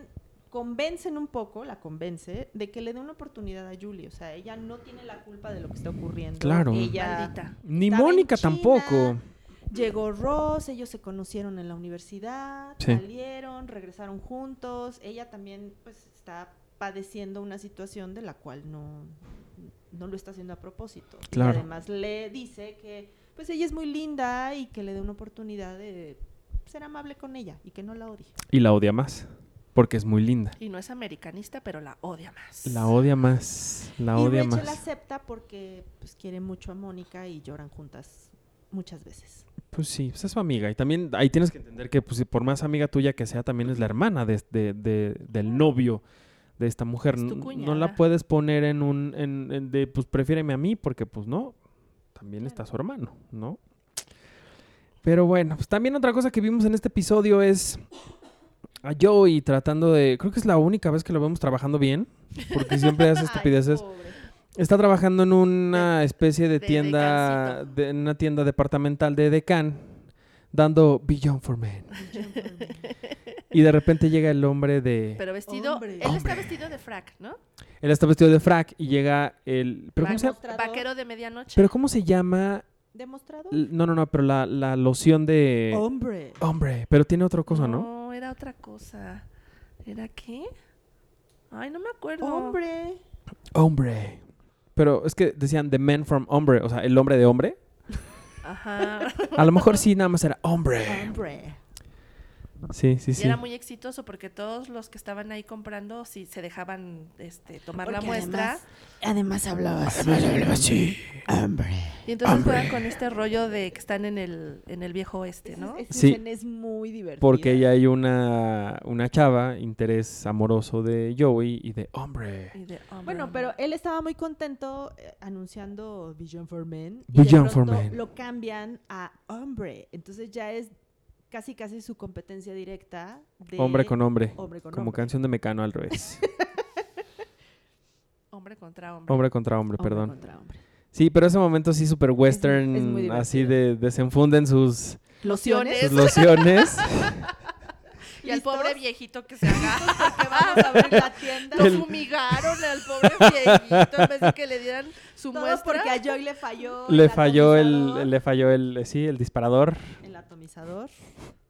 Speaker 3: convencen un poco, la convence, de que le dé una oportunidad a Julie. O sea, ella no tiene la culpa de lo que está ocurriendo.
Speaker 2: Claro.
Speaker 3: Ella
Speaker 1: Maldita.
Speaker 2: Ni
Speaker 3: estaba en
Speaker 2: Mónica
Speaker 3: China.
Speaker 2: tampoco.
Speaker 3: Llegó Ross, ellos se conocieron en la universidad,
Speaker 2: Sí.
Speaker 3: salieron, regresaron juntos. Ella también pues está padeciendo una situación de la cual no, no lo está haciendo a propósito. Y
Speaker 2: Claro.
Speaker 3: además le dice que pues ella es muy linda y que le dé una oportunidad de ser amable con ella y que no la odie.
Speaker 2: Y la odia más porque es muy linda.
Speaker 1: Y no es americanista, pero la odia más.
Speaker 2: La odia más, la
Speaker 3: y
Speaker 2: odia
Speaker 3: Rachel
Speaker 2: más.
Speaker 3: acepta porque pues quiere mucho a Mónica y lloran juntas muchas veces.
Speaker 2: Pues sí, pues es su amiga y también ahí tienes que entender que pues, si por más amiga tuya que sea también es la hermana de, de- de- del novio de esta mujer.
Speaker 1: Es tu
Speaker 2: N- No la
Speaker 1: cuñada.
Speaker 2: puedes poner en un en, en de pues prefiéreme a mí porque pues no, también está su hermano, ¿no? Pero bueno, pues también otra cosa que vimos en este episodio es a Joey tratando de... Creo que es la única vez que lo vemos trabajando bien, porque siempre hace
Speaker 3: Ay,
Speaker 2: estupideces.
Speaker 3: pobre.
Speaker 2: Está trabajando en una especie de
Speaker 1: de
Speaker 2: tienda,
Speaker 1: decancito.
Speaker 2: de, en una tienda departamental de Decan, dando Beyond for Men. Y de repente llega el hombre de...
Speaker 1: Pero vestido,
Speaker 3: Hombre.
Speaker 1: él
Speaker 2: Hombre.
Speaker 1: está vestido de frac, ¿no?
Speaker 2: Él está vestido de frac y llega el... ¿Pero cómo se,
Speaker 3: Vamos.
Speaker 2: llama?
Speaker 3: Mostrador.
Speaker 1: Vaquero de medianoche.
Speaker 2: ¿Pero cómo se llama?
Speaker 3: ¿Demostrado?
Speaker 2: L- eh, oh, No, no, no, pero la, la loción de...
Speaker 3: Hombre.
Speaker 2: Hombre, pero tiene otra cosa, ¿no?
Speaker 1: No, era otra cosa. ¿Era qué? Ay, no me acuerdo.
Speaker 3: Hombre.
Speaker 2: Hombre. Pero es que decían The Man from Hombre, o sea, el hombre de hombre.
Speaker 1: Ajá.
Speaker 2: A lo mejor sí, nada más era hombre.
Speaker 3: Hombre.
Speaker 2: Sí, sí,
Speaker 1: Y
Speaker 2: sí.
Speaker 1: era muy exitoso porque todos los que estaban ahí comprando, si se dejaban este, tomar la
Speaker 3: Porque
Speaker 1: muestra.
Speaker 3: además- Además hablaba así. Hombre.
Speaker 1: y entonces juegan con este rollo de que están en el, en el viejo oeste, ¿no?
Speaker 3: Esa
Speaker 2: Sí.
Speaker 3: escena es muy divertida.
Speaker 2: Porque ella hay una, una chava, interés amoroso de Joey y de hombre.
Speaker 1: Y de hombre,
Speaker 3: Bueno,
Speaker 1: hombre.
Speaker 3: pero él estaba muy contento eh, anunciando Vision for Men. y
Speaker 2: Vision
Speaker 3: de
Speaker 2: for
Speaker 3: pronto
Speaker 2: Men.
Speaker 3: Lo cambian a Hombre. Entonces ya es casi casi su competencia directa de
Speaker 2: Hombre con hombre.
Speaker 3: hombre con
Speaker 2: Como
Speaker 3: hombre.
Speaker 2: canción de Mecano al revés.
Speaker 1: Hombre contra hombre.
Speaker 2: Hombre contra hombre,
Speaker 3: Hombre
Speaker 2: perdón.
Speaker 3: contra hombre.
Speaker 2: Sí, pero ese momento sí super western,
Speaker 3: es muy divertido.
Speaker 2: así de desenfunden sus,
Speaker 3: Lociones.
Speaker 2: sus lociones. Oh.
Speaker 1: Y al
Speaker 3: ¿Listos?
Speaker 1: pobre viejito que se haga.
Speaker 3: Porque vamos a abrir la tienda.
Speaker 1: Lo fumigaron al pobre viejito en vez de que le dieran su
Speaker 3: Todo
Speaker 1: muestra.
Speaker 3: porque a Joy le falló.
Speaker 2: le
Speaker 3: el
Speaker 2: falló el,
Speaker 3: atomizador.
Speaker 2: le falló el, sí, el disparador.
Speaker 3: el atomizador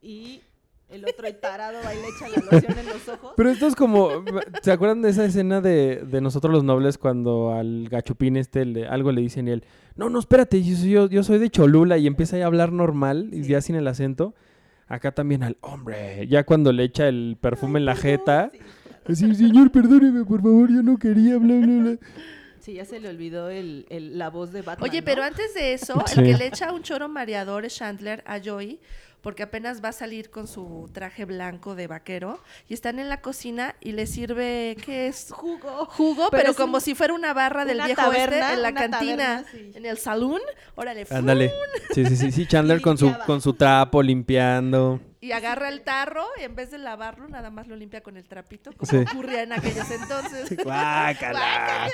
Speaker 3: y el otro el tarado va y le echa la loción en los ojos.
Speaker 2: Pero esto es como, ¿se acuerdan de esa escena de, de nosotros los nobles cuando al gachupín este le- algo le dicen y él, no, no, espérate, yo, soy- yo, yo soy de Cholula y empieza ya a hablar normal y ya sin el acento. Acá también al hombre, ya cuando le echa el perfume en la jeta.
Speaker 3: Sí,
Speaker 2: Así, señor, perdóneme, por favor, yo no quería, bla, bla, bla.
Speaker 3: sí, ya se le olvidó el, el- la voz de Batman.
Speaker 1: Oye,
Speaker 3: ¿no?
Speaker 1: pero antes de eso,
Speaker 2: Sí.
Speaker 1: el que le echa un choro mareador es Chandler a Joey, porque apenas va a salir con su traje blanco de vaquero y están en la cocina y le sirve, ¿qué es?
Speaker 3: jugo.
Speaker 1: Jugo,
Speaker 3: Pero
Speaker 1: pero,
Speaker 3: es
Speaker 1: como
Speaker 3: un-
Speaker 1: si fuera una barra del
Speaker 3: una
Speaker 1: viejo
Speaker 3: taberna,
Speaker 1: oeste en la
Speaker 3: una
Speaker 1: cantina,
Speaker 3: taberna, sí.
Speaker 1: en el salón. Órale, ¡fum!
Speaker 2: Ándale. Sí, sí, sí, sí, Chandler con su,
Speaker 3: Limpiaba.
Speaker 2: con su trapo limpiando.
Speaker 1: y agarra el tarro y en vez de lavarlo, nada más lo limpia con el trapito, como
Speaker 2: Sí.
Speaker 1: ocurría en aquellos entonces.
Speaker 2: Guácala.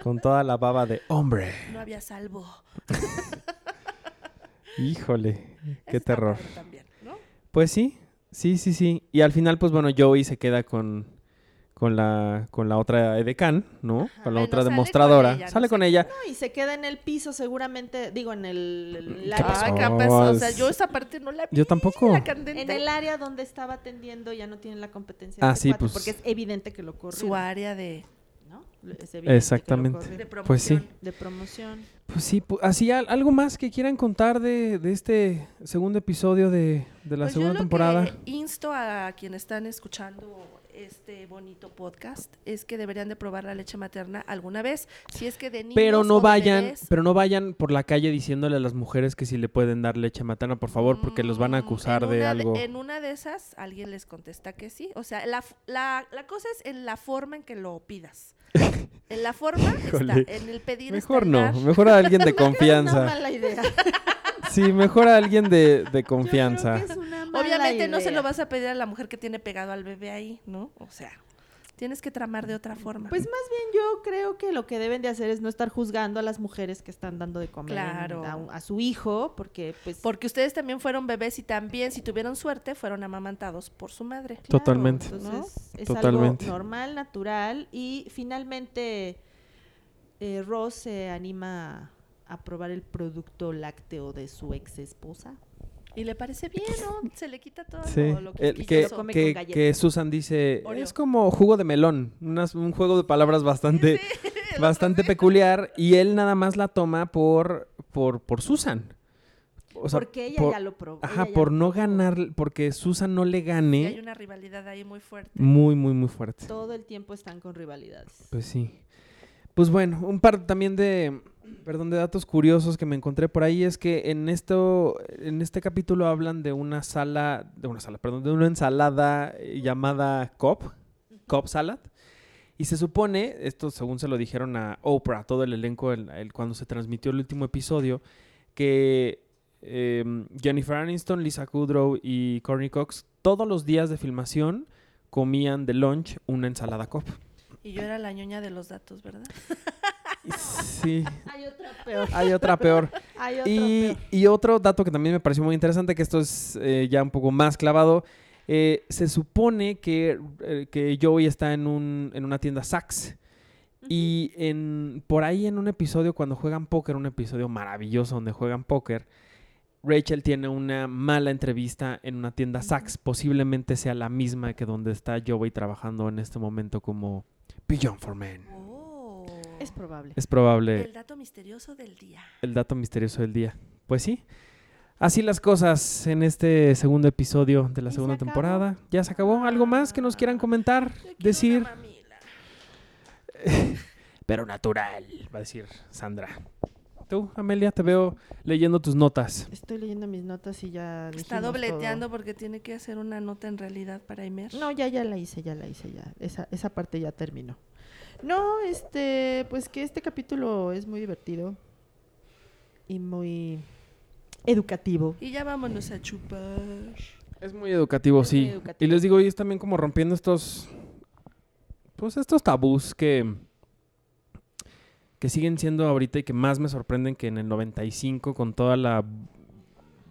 Speaker 2: Con toda la baba de hombre.
Speaker 1: No había salvo.
Speaker 2: Híjole,
Speaker 1: Eso
Speaker 2: qué
Speaker 1: está
Speaker 2: terror.
Speaker 1: padre también, ¿no?
Speaker 2: Pues sí, sí, sí, sí. Y al final, pues bueno, Joey se queda con, con, la, con la otra edecán, ¿no? Con la
Speaker 1: Ay, no,
Speaker 2: otra
Speaker 1: sale con
Speaker 2: demostradora.
Speaker 1: ella, no
Speaker 2: sale
Speaker 1: sé.
Speaker 2: con ella.
Speaker 3: No, y se queda en el piso seguramente, digo, en el, el
Speaker 2: ¿Qué
Speaker 1: Ay,
Speaker 3: área,
Speaker 2: pasó?
Speaker 1: qué pasó. O sea, yo esa parte no la vi.
Speaker 2: Yo tampoco.
Speaker 1: la candente.
Speaker 3: en el área donde estaba atendiendo ya no tiene la competencia.
Speaker 2: Ah,
Speaker 3: este
Speaker 2: sí,
Speaker 3: cuate,
Speaker 2: pues.
Speaker 3: Porque es evidente que lo corrió.
Speaker 1: su área de,
Speaker 3: ¿no? Es evidente que lo
Speaker 2: Exactamente.
Speaker 3: corrieron.
Speaker 1: de promoción.
Speaker 2: Pues sí.
Speaker 3: De promoción.
Speaker 2: Pues sí, pu- así al- algo más que quieran contar de, de este segundo episodio de, de la
Speaker 1: Pues yo
Speaker 2: segunda
Speaker 1: lo
Speaker 2: temporada.
Speaker 1: Que insto a quienes están escuchando este bonito podcast es que deberían de probar la leche materna alguna vez, si es que de niños
Speaker 2: Pero
Speaker 1: o
Speaker 2: no
Speaker 1: de
Speaker 2: vayan,
Speaker 1: bebés.
Speaker 2: pero no vayan por la calle diciéndole a las mujeres que si le pueden dar leche materna, por favor, porque los van a
Speaker 1: Mm,
Speaker 2: acusar
Speaker 1: en
Speaker 2: de
Speaker 1: una
Speaker 2: algo.
Speaker 1: en una de esas alguien les contesta que sí, o sea, la, f- la, la cosa es en la forma en que lo pidas. En la forma está,
Speaker 2: Híjole.
Speaker 1: en el pedir
Speaker 2: Mejor
Speaker 1: está el
Speaker 2: no,
Speaker 1: dar.
Speaker 2: mejor a alguien de
Speaker 3: Una
Speaker 2: confianza.
Speaker 3: mala idea.
Speaker 2: Sí, mejor a alguien de, de
Speaker 3: Yo creo que
Speaker 2: confianza.
Speaker 3: es una mala
Speaker 1: Obviamente no se
Speaker 3: idea.
Speaker 1: lo vas a pedir a la mujer que tiene pegado al bebé ahí, ¿no? O sea, tienes que tramar de otra forma.
Speaker 3: Pues más bien yo creo que lo que deben de hacer es no estar juzgando a las mujeres que están dando de comer en-
Speaker 1: Claro.
Speaker 3: a, un- a su hijo, porque pues...
Speaker 1: Porque ustedes también fueron bebés y también, si tuvieron suerte, fueron amamantados por su madre.
Speaker 3: claro,
Speaker 2: Totalmente.
Speaker 3: Entonces es
Speaker 2: Totalmente.
Speaker 3: algo normal, natural y finalmente eh, Ross se anima a probar el producto lácteo de su ex esposa.
Speaker 1: Y le parece bien, ¿no? Se le quita todo
Speaker 2: Sí,
Speaker 1: lo, lo
Speaker 2: el que,
Speaker 1: quisquilloso.
Speaker 3: lo come
Speaker 2: que-
Speaker 3: con galletas.
Speaker 2: que Susan dice,
Speaker 1: Oreo.
Speaker 2: es como jugo de melón, unas- un juego de palabras bastante,
Speaker 1: otro
Speaker 2: bastante peculiar y él nada más la toma por, por, por Susan. O sea,
Speaker 3: porque ella
Speaker 2: por-
Speaker 3: ya lo probó.
Speaker 2: Ajá,
Speaker 3: ella ya
Speaker 2: por
Speaker 3: lo
Speaker 2: no
Speaker 3: probó.
Speaker 2: ganar, porque Susan no le
Speaker 1: Y hay
Speaker 2: gane
Speaker 1: una rivalidad ahí muy fuerte.
Speaker 2: muy, muy, muy fuerte.
Speaker 3: Todo el tiempo están con rivalidades.
Speaker 2: Pues sí. Pues bueno, un par también de, perdón, de datos curiosos que me encontré por ahí es que en esto, en este capítulo hablan de una sala, de una sala, perdón, de una ensalada eh, llamada Cobb, Cobb Salad. Y se supone, esto según se lo dijeron a Oprah, todo el elenco, el- el- cuando se transmitió el último episodio, que eh, Jennifer Aniston, Lisa Kudrow y Courtney Cox todos los días de filmación comían de lunch una ensalada cop.
Speaker 1: Y yo era la ñoña de los datos, ¿verdad?
Speaker 2: Sí,
Speaker 3: Hay otra peor.
Speaker 2: hay otra peor.
Speaker 3: Hay otra
Speaker 2: Y,
Speaker 3: peor.
Speaker 2: y otro dato que también me pareció muy interesante, que esto es eh, ya un poco más clavado. eh, se supone que, eh, que Joey está en, un, en una tienda Saks. Y en, por ahí en un episodio, cuando juegan póker, un episodio maravilloso donde juegan póker, Rachel tiene una mala entrevista en una tienda Saks. Posiblemente sea la misma que donde está Joey trabajando en este momento como Pigeon for Men.
Speaker 1: Oh.
Speaker 3: Es probable.
Speaker 2: Es probable
Speaker 1: El dato misterioso del día.
Speaker 2: el dato misterioso del día. Pues sí. Así las cosas en este segundo episodio de la
Speaker 3: Y se
Speaker 2: segunda
Speaker 3: acabó. Ah.
Speaker 2: temporada. Ya se acabó. ¿Algo más que nos quieran comentar? Decir. Pero natural, va a decir Sandra. Tú, Amelia, te veo leyendo tus notas.
Speaker 3: Estoy leyendo mis notas y ya.
Speaker 1: Está
Speaker 3: dijimos
Speaker 1: dobleteando porque tiene que hacer una nota en realidad para Imer.
Speaker 3: todo. No, ya, ya la hice, ya la hice, ya. Esa, esa parte ya terminó. No, este, pues que este capítulo es muy divertido y muy educativo.
Speaker 1: Y ya vámonos a chupar.
Speaker 2: Es muy educativo,
Speaker 3: Es
Speaker 2: sí.
Speaker 3: muy educativo.
Speaker 2: Y les digo, y es también como rompiendo estos. Pues estos tabús que. que siguen siendo ahorita y que más me sorprenden que en el 95, con toda la.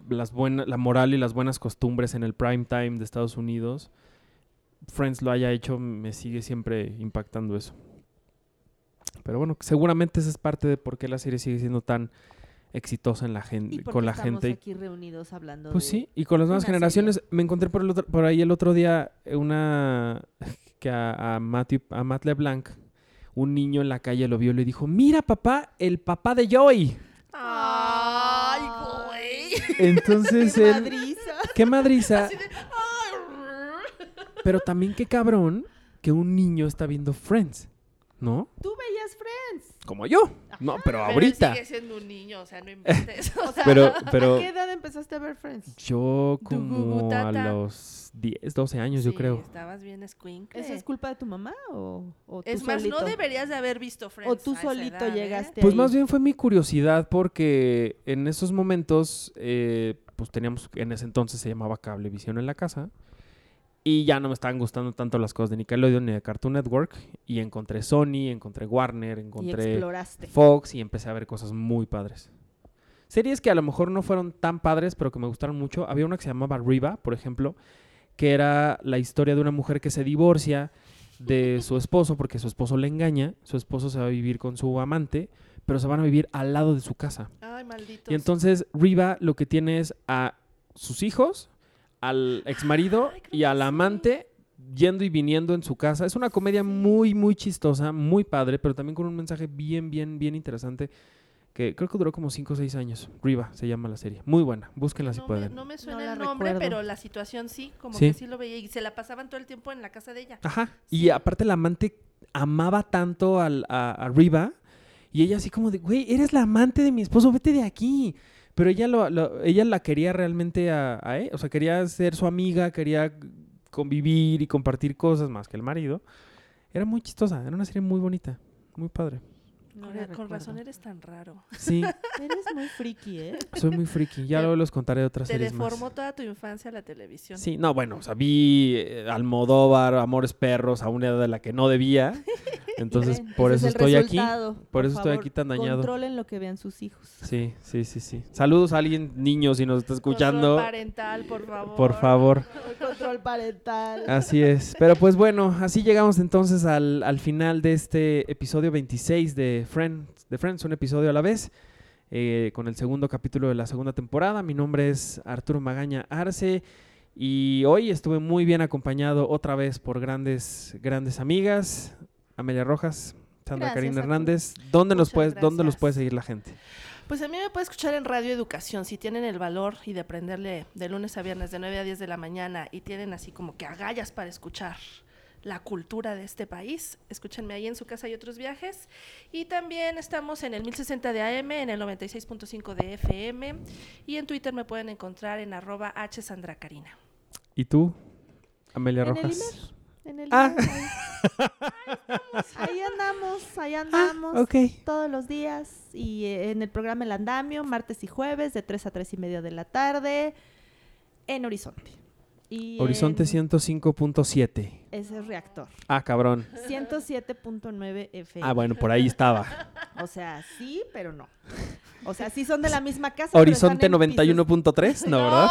Speaker 2: Las buena- la moral y las buenas costumbres en el prime time de Estados Unidos, Friends lo haya hecho, me sigue siempre impactando eso. Pero bueno, seguramente esa es parte de por qué la serie sigue siendo tan exitosa en la gen-
Speaker 3: Y porque
Speaker 2: con la
Speaker 3: estamos
Speaker 2: gente y
Speaker 3: aquí reunidos hablando
Speaker 2: pues
Speaker 3: de-
Speaker 2: sí, y con las nuevas
Speaker 3: una serie.
Speaker 2: generaciones me encontré por, el otro- por ahí el otro día eh, una que a, a, Matthew- a Matt LeBlanc, un niño en la calle lo vio y le dijo, mira papá, el papá de Joey.
Speaker 1: Ay, güey.
Speaker 2: Entonces
Speaker 3: ¡Qué
Speaker 2: él,
Speaker 3: madriza!
Speaker 2: qué madriza,
Speaker 1: Ay.
Speaker 2: pero también qué cabrón que un niño está viendo Friends, ¿no?
Speaker 3: Tú veías Friends.
Speaker 2: Como yo, no, pero
Speaker 1: Pero él
Speaker 2: ahorita.
Speaker 1: sigue siendo un niño, o sea, no inventes.
Speaker 3: O sea,
Speaker 2: Pero,
Speaker 3: ¿a
Speaker 2: pero
Speaker 3: qué edad empezaste a ver Friends?
Speaker 2: yo
Speaker 1: Tu
Speaker 2: como a
Speaker 1: gugutata.
Speaker 2: los 10, 12 años yo
Speaker 1: Sí,
Speaker 2: creo.
Speaker 1: Estabas bien escuincle.
Speaker 3: ¿Eso es
Speaker 1: Es,
Speaker 3: culpa de tu mamá o, o tú
Speaker 1: más,
Speaker 3: Eh, solito?
Speaker 1: no deberías de haber visto Friends.
Speaker 3: O
Speaker 1: a
Speaker 3: tú
Speaker 1: esa
Speaker 3: solito
Speaker 1: edad, ¿eh?
Speaker 3: llegaste
Speaker 2: Pues
Speaker 3: ahí.
Speaker 2: más bien fue mi curiosidad porque en esos momentos, eh, pues teníamos, en ese entonces se llamaba Cablevisión en la casa y ya no me estaban gustando tanto las cosas de Nickelodeon ni de Cartoon Network y encontré Sony, encontré Warner,
Speaker 3: Y
Speaker 2: encontré
Speaker 3: exploraste.
Speaker 2: Fox y empecé a ver cosas muy padres. Series que a lo mejor no fueron tan padres, pero que me gustaron mucho. Había una que se llamaba Riva, por ejemplo, que era la historia de una mujer que se divorcia de su esposo porque su esposo le engaña, su esposo se va a vivir con su amante, pero se van a vivir al lado de su casa.
Speaker 1: Ay, maldito.
Speaker 2: Y entonces Riva lo que tiene es a sus hijos, al exmarido
Speaker 1: Ay, creo
Speaker 2: y
Speaker 1: que
Speaker 2: al
Speaker 1: sí.
Speaker 2: amante yendo y viniendo en su casa. Es una comedia muy, muy chistosa, muy padre, pero también con un mensaje bien, bien, bien interesante que creo que duró como 5 o 6 años. Riva se llama la serie. Muy buena, búsquenla si
Speaker 1: no, me,
Speaker 2: pueden.
Speaker 1: no me suena
Speaker 3: la
Speaker 1: el nombre,
Speaker 3: recuerdo.
Speaker 1: pero la situación sí, como
Speaker 2: Sí.
Speaker 1: que sí lo veía. Y se la pasaban todo el tiempo en la casa de ella.
Speaker 2: Ajá. Y aparte la amante amaba tanto al, a, a Riva y ella así como de, güey, eres la amante de mi esposo, vete de aquí. Pero ella, lo, lo- ella la quería realmente a, a él, o sea, quería ser su amiga, quería convivir y compartir cosas más que el marido. Era muy chistosa, era una serie muy bonita, muy padre.
Speaker 3: No
Speaker 1: con,
Speaker 3: la
Speaker 1: con razón
Speaker 3: recuerdo.
Speaker 1: eres tan raro.
Speaker 2: Sí,
Speaker 3: Eres muy friki, ¿eh?
Speaker 2: soy muy friki, ya luego les contaré de otras
Speaker 1: Te
Speaker 2: series más.
Speaker 1: deformó toda tu infancia la televisión.
Speaker 2: Sí, no, bueno, o sea, vi eh, Almodóvar, Amores Perros a una edad de la que no debía. Entonces,
Speaker 3: Ven,
Speaker 2: por
Speaker 3: ese
Speaker 2: eso
Speaker 3: es el
Speaker 2: estoy aquí.
Speaker 3: resultado.
Speaker 2: por eso estoy aquí tan dañado.
Speaker 3: Controlen lo que vean sus hijos.
Speaker 2: Sí, sí, sí, sí. Saludos a alguien, niño, si nos está
Speaker 1: Control
Speaker 2: escuchando.
Speaker 1: parental, por favor.
Speaker 2: Por favor.
Speaker 3: Control parental.
Speaker 2: Así es. Pero pues bueno, así llegamos entonces al, al final de este episodio 26 de Friends, de Friends, un episodio a la vez, eh, con el segundo capítulo de la segunda temporada. Mi nombre es Arturo Magaña Arce y hoy estuve muy bien acompañado otra vez por grandes, grandes amigas, Amelia Rojas. Sandra
Speaker 3: Gracias,
Speaker 2: Karina
Speaker 3: Arturo.
Speaker 2: Hernández, ¿dónde, nos
Speaker 1: Muchas
Speaker 2: puedes, ¿dónde los
Speaker 1: gracias.
Speaker 2: puede seguir la gente?
Speaker 1: Pues a mí me puede escuchar en Radio Educación. Si tienen el valor y de aprenderle de lunes a viernes de 9 a 10 de la mañana y tienen así como que agallas para escuchar la cultura de este país, escúchenme ahí en su casa y otros viajes. Y también estamos en el 1060 de AM, en el 96.5 de FM y en Twitter me pueden encontrar en arroba hsandracarina.
Speaker 2: ¿Y tú, Amelia
Speaker 3: En el
Speaker 2: Rojas?
Speaker 3: Imer. En el
Speaker 2: Ah.
Speaker 3: Imer, ahí. Ahí andamos, ahí andamos.
Speaker 2: Ah, ok.
Speaker 3: Todos los días y eh, en el programa El Andamio, martes y jueves, de 3 a 3 y media de la tarde, en Horizonte. Y
Speaker 2: Horizonte
Speaker 3: en-
Speaker 2: 105.7.
Speaker 3: Ese es reactor.
Speaker 2: Ah, cabrón.
Speaker 3: 107.9 FM.
Speaker 2: Ah, bueno, por ahí estaba.
Speaker 3: O sea, sí, pero no. O sea, sí son de la misma casa. pero están
Speaker 2: Horizonte
Speaker 3: en pisos-
Speaker 2: 91.3, ¿no, verdad?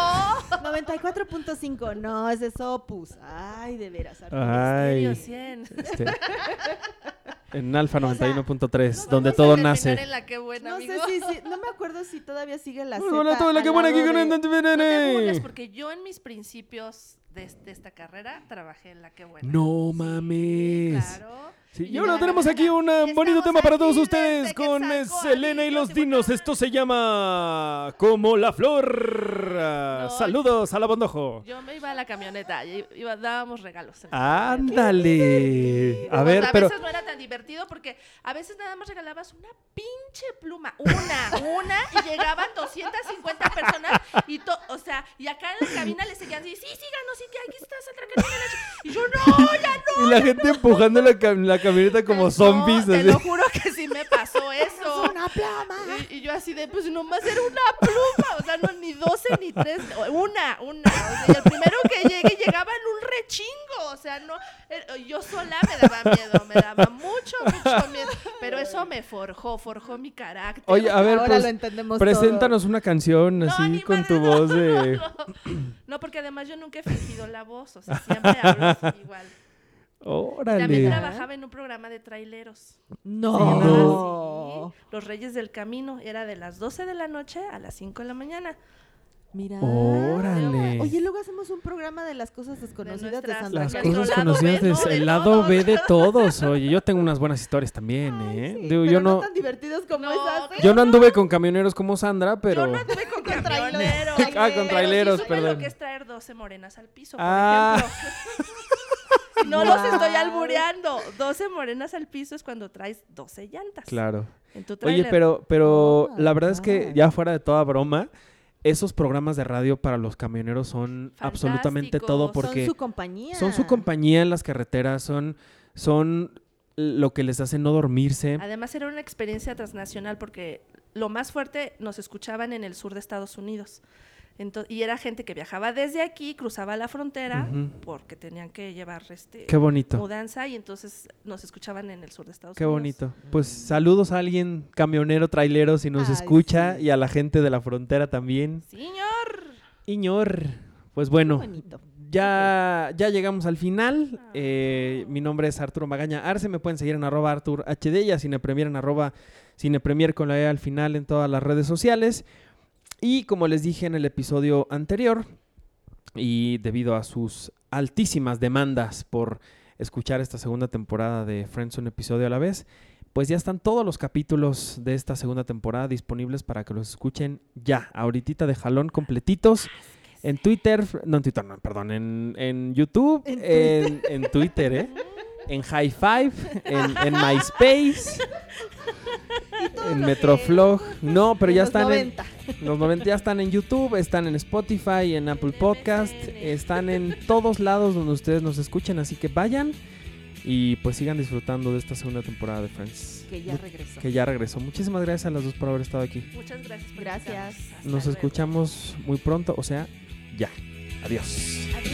Speaker 3: 94.5. No, ese es Opus. Ay, de veras. Arturo.
Speaker 1: Estéreo
Speaker 2: Ay.
Speaker 1: 100.
Speaker 2: este, En Alfa 91.3,
Speaker 1: No
Speaker 2: donde
Speaker 1: vamos a
Speaker 2: todo
Speaker 1: terminar en
Speaker 2: nace.
Speaker 1: la qué buena,
Speaker 3: No sé
Speaker 1: Este, amigo.
Speaker 3: si, si- no me acuerdo si todavía sigue la
Speaker 2: Muy
Speaker 3: Z
Speaker 2: buena, todo la
Speaker 3: al
Speaker 2: que buena
Speaker 3: lado
Speaker 2: aquí con
Speaker 3: de-
Speaker 1: No te burles,
Speaker 2: el
Speaker 1: porque yo en mis principios de, de esta carrera trabajé en la que buena.
Speaker 2: No
Speaker 1: Sí,
Speaker 2: mames.
Speaker 1: claro.
Speaker 2: Sí, y
Speaker 1: yo
Speaker 2: ahora
Speaker 1: la
Speaker 2: tenemos
Speaker 1: verdad,
Speaker 2: aquí un ah,
Speaker 1: estamos
Speaker 2: bonito tema para todos
Speaker 1: aquí
Speaker 2: ustedes
Speaker 1: desde
Speaker 2: con eh,
Speaker 1: Quetzalcóatl,
Speaker 2: Selena y los Dinos.
Speaker 1: Teotihuacán.
Speaker 2: Esto se llama Como la Flor. Ah,
Speaker 1: No,
Speaker 2: Saludos a la Bondojo.
Speaker 1: Yo me iba a la camioneta, y iba- dábamos regalos. en la camioneta.
Speaker 2: Ándale. A
Speaker 1: O
Speaker 2: ver,
Speaker 1: sea,
Speaker 2: pero...
Speaker 1: A veces no era tan divertido porque a veces nada más regalabas una pinche pluma, una, una, y llegaban 250 personas y to- o sea, y acá en la cabina le seguían y sí, síganos, sí, que aquí estás atracando la leche". Y yo, no, ya no.
Speaker 2: Y la gente empujando la, cam- la camioneta como
Speaker 1: No,
Speaker 2: zombies.
Speaker 1: Te
Speaker 2: así.
Speaker 1: lo juro que sí me pasó eso.
Speaker 3: Una plama.
Speaker 1: Y, y yo así de, pues nomás era una pluma, o sea, no, ni 12 ni 3, una, una. O sea, y el primero que llegue llegaba en un rechingo, o sea, no, eh, yo sola me daba miedo, me daba mucho, mucho miedo, pero eso me forjó, forjó mi carácter.
Speaker 2: Oye, a ver,
Speaker 3: Ahora
Speaker 2: pues,
Speaker 3: lo entendemos
Speaker 2: preséntanos una canción
Speaker 1: No,
Speaker 2: así
Speaker 1: ni
Speaker 2: con
Speaker 1: madre,
Speaker 2: tu
Speaker 1: no,
Speaker 2: voz de...
Speaker 1: No, no. No, porque además yo nunca he fingido la voz, o sea, siempre hablo así igual. También
Speaker 2: Órale.
Speaker 1: trabajaba en un programa de traileros. Se
Speaker 3: todo.
Speaker 2: Sí,
Speaker 1: llamaba
Speaker 2: Oh.
Speaker 3: No.
Speaker 1: así, Los Reyes del Camino, era de las 12 de la noche a las 5 de la mañana.
Speaker 3: Mira.
Speaker 2: Órale.
Speaker 3: Oye, luego hacemos un programa de las cosas desconocidas de,
Speaker 1: nuestras-
Speaker 3: Sandra
Speaker 2: Las
Speaker 1: nuestro
Speaker 2: cosas
Speaker 1: lado
Speaker 2: conocidas
Speaker 1: B,
Speaker 2: del
Speaker 1: ¿no? De
Speaker 2: el lado B de
Speaker 1: todos.
Speaker 2: todos. Oye, yo tengo unas buenas historias también, ¿eh? Digo,
Speaker 3: Sí, pero
Speaker 2: yo
Speaker 3: no,
Speaker 2: no...
Speaker 3: tan divertidos como
Speaker 1: No,
Speaker 3: esas. ¿eh?
Speaker 1: pero-
Speaker 2: Yo no anduve con camioneros como Sandra, pero...
Speaker 1: Yo no anduve con
Speaker 3: Con
Speaker 1: camioneros.
Speaker 3: traileros. Ah, con
Speaker 1: Pero sí
Speaker 2: traileros,
Speaker 1: supe
Speaker 2: perdón.
Speaker 1: lo que es traer 12 morenas al piso, por
Speaker 2: Ah.
Speaker 1: ejemplo. no los estoy
Speaker 3: Wow.
Speaker 1: albureando. 12 morenas al piso es cuando traes 12 llantas.
Speaker 2: Claro.
Speaker 1: En tu
Speaker 2: Oye,
Speaker 1: trailer.
Speaker 2: pero, pero
Speaker 3: Oh,
Speaker 2: la verdad es que
Speaker 3: claro.
Speaker 2: ya fuera de toda broma, esos programas de radio para los camioneros son absolutamente todo
Speaker 1: Fantásticos,
Speaker 2: porque...
Speaker 3: Son su compañía.
Speaker 2: Son su compañía en las carreteras, son, son lo que les hace no dormirse.
Speaker 1: Además era una experiencia transnacional porque lo más fuerte nos escuchaban en el sur de Estados Unidos. Ento- y era gente que viajaba desde aquí, cruzaba la frontera
Speaker 2: Ujú.
Speaker 1: porque tenían que llevar este
Speaker 2: Qué bonito,
Speaker 1: mudanza y entonces nos escuchaban en el sur de Estados
Speaker 2: qué
Speaker 1: Unidos.
Speaker 2: bonito. Pues saludos a alguien camionero, trailero, si nos
Speaker 3: Ay,
Speaker 2: escucha,
Speaker 3: sí.
Speaker 2: y a la gente de la frontera también.
Speaker 1: Señor.
Speaker 2: Iñor, pues bueno.
Speaker 3: Qué bonito.
Speaker 2: Ya, ya llegamos al final. Eh, mi nombre es Arturo Magaña Arce. Me pueden seguir en arroba Artur HD y a Cinepremier en arroba Cinepremier con la E al final en todas las redes sociales. Y como les dije en el episodio anterior, y debido a sus altísimas demandas por escuchar esta segunda temporada de Friends un episodio a la vez, pues ya están todos los capítulos de esta segunda temporada disponibles para que los escuchen ya, ahorita de jalón completitos. En Twitter, no en Twitter, no, perdón, en, en YouTube, en
Speaker 3: En
Speaker 2: Twitter, en, Twitter ¿eh? en High Five, en, en MySpace, en Metroflog. No, pero
Speaker 3: De
Speaker 2: ya
Speaker 3: los
Speaker 2: están en
Speaker 3: 90.
Speaker 2: los 90 ya están en YouTube, están en Spotify, en Apple Podcast, están en todos lados donde ustedes nos escuchen, así que vayan y pues sigan disfrutando de esta segunda temporada de Friends,
Speaker 3: Que ya regresó.
Speaker 2: que ya regresó. Muchísimas gracias a las dos por haber estado aquí.
Speaker 1: Muchas gracias. por invitarnos.
Speaker 3: Gracias.
Speaker 1: Hasta
Speaker 2: Nos
Speaker 1: luego.
Speaker 2: escuchamos muy pronto, o sea, ya. Adiós.
Speaker 3: Adiós.